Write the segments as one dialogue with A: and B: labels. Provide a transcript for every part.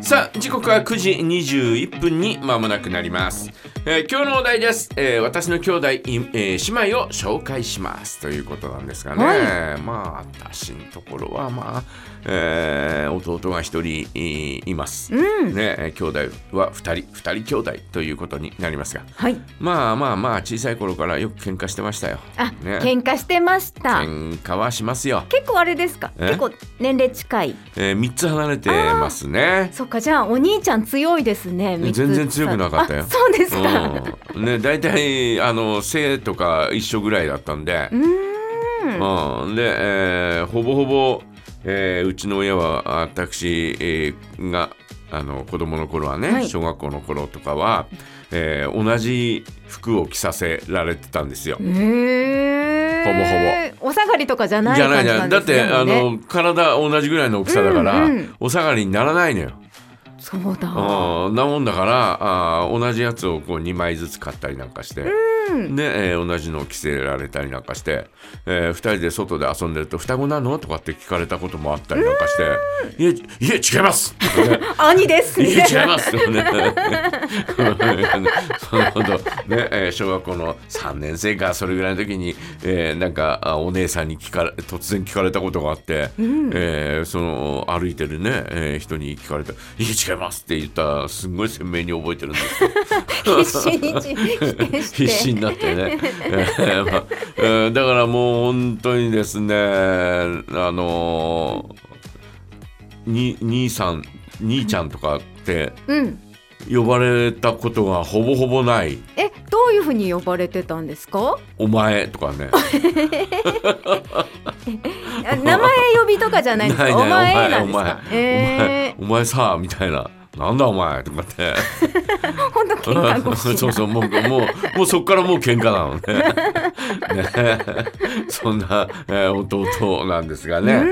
A: さあ時刻は9時21分に間もなくなります、えー今日のお題です、えー私の兄弟、いえー姉妹を紹介しますということなんですがね、まあ私のところはまあ、えー弟が一人いいます、ねえー兄弟は二人二人兄弟ということになりますが
B: はい。
A: まあまあまあ小さい頃からよく喧嘩してましたよ
B: あ、
A: ね
B: 喧嘩してました。
A: 喧嘩はしますよ、
B: 結構あれですか。
A: え
B: 結構年齢近い。
A: えー、3つ離れてますね
B: そっかじゃあお兄ちゃん強いですね。三つ
A: 全然強くなかったよ
B: あそうですか。
A: うん、ね大体あの生とか一緒ぐらいだったんで、
B: う
A: う
B: ーん。
A: んで、えーほぼほぼ、えーうちの親はあ私、えーがあの子供の頃はね、
B: はい
A: 小学校の頃とかは、えー同じ服を着させられてたんですよ。
B: えー、ほぼほぼお下がりとかじゃない
A: じゃ
B: 感
A: ない
B: じ
A: じゃな
B: ないん
A: だ
B: で
A: っ
B: す
A: て
B: ね。
A: あ
B: でも
A: の
B: ね
A: 体同じぐらいの大きさだから、
B: うんうん
A: お下がりにならないのよ。
B: そうだ。
A: うんなもんだからあー同じやつをこう2枚ずつ買ったりなんかして、で、えー同じのを着せられたりなんかして、え2人で外で遊んでると「双子なの?」とかって聞かれたこともあったりなんかして「いえいえ違います!」とかね
B: 兄です
A: い
B: み
A: や
B: たい
A: 違い
B: な。
A: ますよね。 そのことね、えー小学校の3年生かそれぐらいの時に、えーなんかあお姉さんに聞かれ突然聞かれたことがあって、えーその歩いてるね、えー人に聞かれた「いや違います」って言ったすんごい鮮明に覚えてるんですよ
B: 必死に否定して。
A: 必死になってね、 えーまあえーだからもう本当にですねあのーに兄さん兄ちゃんとかって
B: うん。
A: 呼ばれたことがほぼほぼない
B: えどういう風に呼ばれてたんですか？
A: 「お前」とかね
B: あ名前呼びとかじゃな いんですか？お前なんですか？
A: お前
B: え
A: お前さ」みたいな「なんだお前」とかって
B: ー、本当喧嘩 腰
A: そうそうもうもうもうそっからもう喧嘩なのねねそんな、えー弟なんですがね、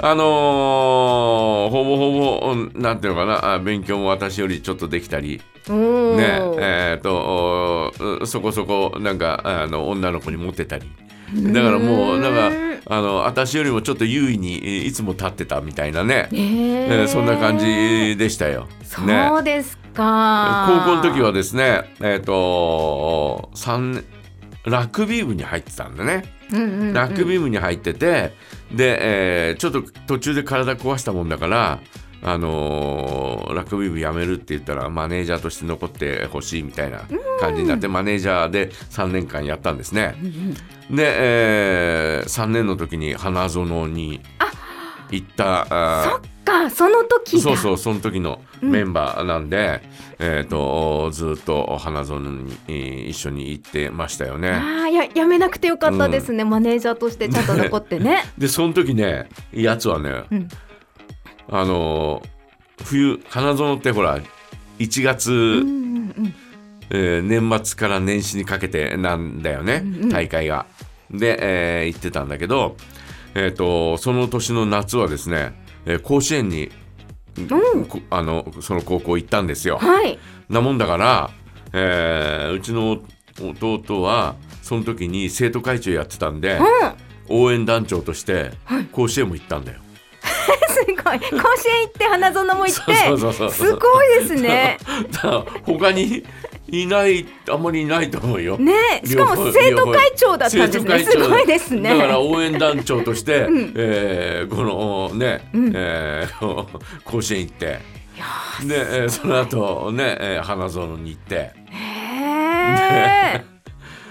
A: あのーほぼほぼうんなんていうのかなあ勉強も私よりちょっとできたり。
B: おー
A: ねえーとおそこそこなんかあの女の子にモテたりだからもうなんかあの私よりもちょっと優位にえーいつも立ってたみたいなね、
B: えー
A: えーそんな感じでしたよ。ね
B: そうですか、
A: 高校の時はですねえっ、と三ラグビー部に入ってたんだね。
B: うんうんうん、
A: ラグビー部に入ってて、で、えーちょっと途中で体壊したもんだから、あのーラグビー部辞めるって言ったらマネージャーとして残ってほしいみたいな感じになってマネージャーで3年間やったんですね。で、え3年の時に花園に行ったあー
B: そっかその時だ
A: そうそうその時のメンバーなんで、えー、とずっと花園にえー一緒に行ってましたよね。
B: あーややめなくてよかったですね、マネージャーとしてちゃんと残ってね
A: でその時ねやつはね、
B: うん
A: あのー冬花園ってほら1月、
B: うんうん
A: えー年末から年始にかけてなんだよね
B: うんうん
A: 大会が。で、えー行ってたんだけど、えー、とその年の夏はですね、えー甲子園に、
B: うん
A: こあのその高校行ったんですよ。
B: はい
A: なもんだから、えーうちの弟はその時に生徒会長やってたんで、
B: うん
A: 応援団長として甲子園も行ったんだよ。
B: すごい甲子園行って花園も行って
A: そうそうそうそう
B: すごいですね
A: だから他にいないあんまりいないと思うよ。
B: ねしかも
A: 両方
B: 生徒会長だったん
A: 生
B: ですね
A: 徒会
B: す
A: 長
B: ごいですね
A: だから応援団長として、
B: うん
A: えーこのね、
B: うん
A: えー 甲子園行って。で、えーその後ね、えー花園に行って
B: へえ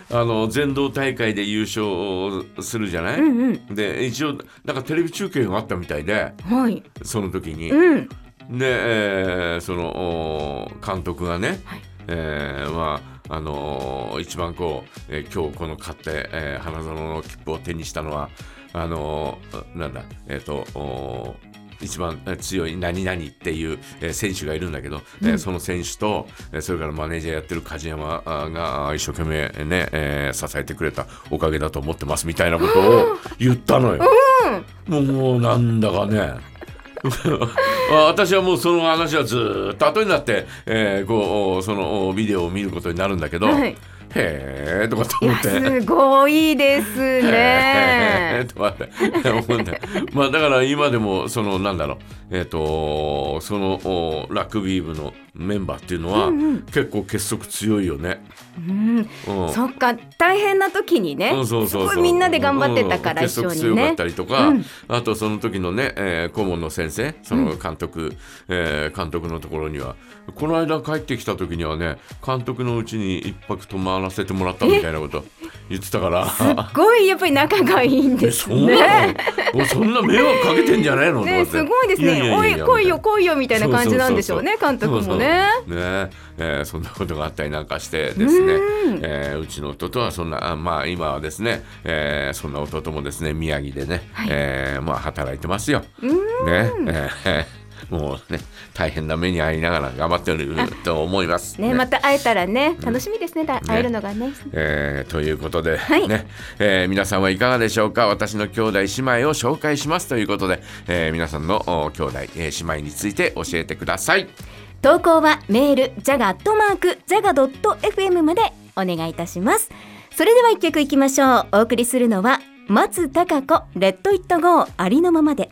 A: あの全道大会で優勝するじゃない、
B: うん
A: で一応なんかテレビ中継があったみたいで
B: うんはい
A: その時に、
B: うん
A: で、えーそのおー監督がね、えーまああのー一番こう、えー今日この勝って、えー花園の切符を手にしたのはあのーなんだえっ、とおー一番えー強い何々っていうえー選手がいるんだけど、えーその選手とえーそれからマネージャーやってる梶山あーがあー一生懸命えーね、えー支えてくれたおかげだと思ってますみたいなことを言ったのよ。もうもうなんだかね あ私はもうその話はずーっと後になって、えーこうおそのおビデオを見ることになるんだけど、
B: はい
A: へへえとかと
B: い
A: 思っ
B: や
A: て。
B: すごいです
A: え ー。
B: ね
A: とかって思うんだよまあだから今でもそのなんだろうえっ、とそのおラグビー部のメンバーっていうのは
B: うんうん
A: 結構結束強いよね。
B: うん、
A: うん
B: そっか大変な時にね、
A: うんそうそうそう
B: すごいみんなで頑張ってたから
A: うん
B: 一緒
A: 結束強
B: に
A: かっ
B: ね
A: た。りとか、
B: うん
A: あとその時のね、えー顧問の先生その監督、えー監督のところにはこの間帰ってきた時にはね監督のうちに一泊泊まらせてもらったみたいなこと言ってたから
B: すっごいやっぱり仲がいいんです
A: そんな
B: ね。
A: のもうそんな迷惑かけてんじゃないのと思
B: ね
A: って
B: すごいですね。
A: やややや
B: おい来いよ来いよみたいな感じなんでしょうね
A: そうそう
B: 監督もね。
A: そうそうねえーそんなことがあったりなんかしてですね
B: うん、
A: えーうちの弟はそんなあまあ今はですね、えーそんな弟もですね宮城でね、えーまあ働いてますよ。ね、えー もうね大変な目に遭いながら頑張ってると思います。
B: ねまた会えたらね楽しみですねだ会えるのがね。
A: えーということで、
B: い
A: ねえー皆さんはいかがでしょうか私の兄弟姉妹を紹介しますということで、えー皆さんのお兄弟、えー姉妹について教えてください。
B: 投稿はメールジャガットマークジャガドット FM までお願いいたしますそれでは一曲いきましょうお送りするのは松たか子レッドイットゴーありのままで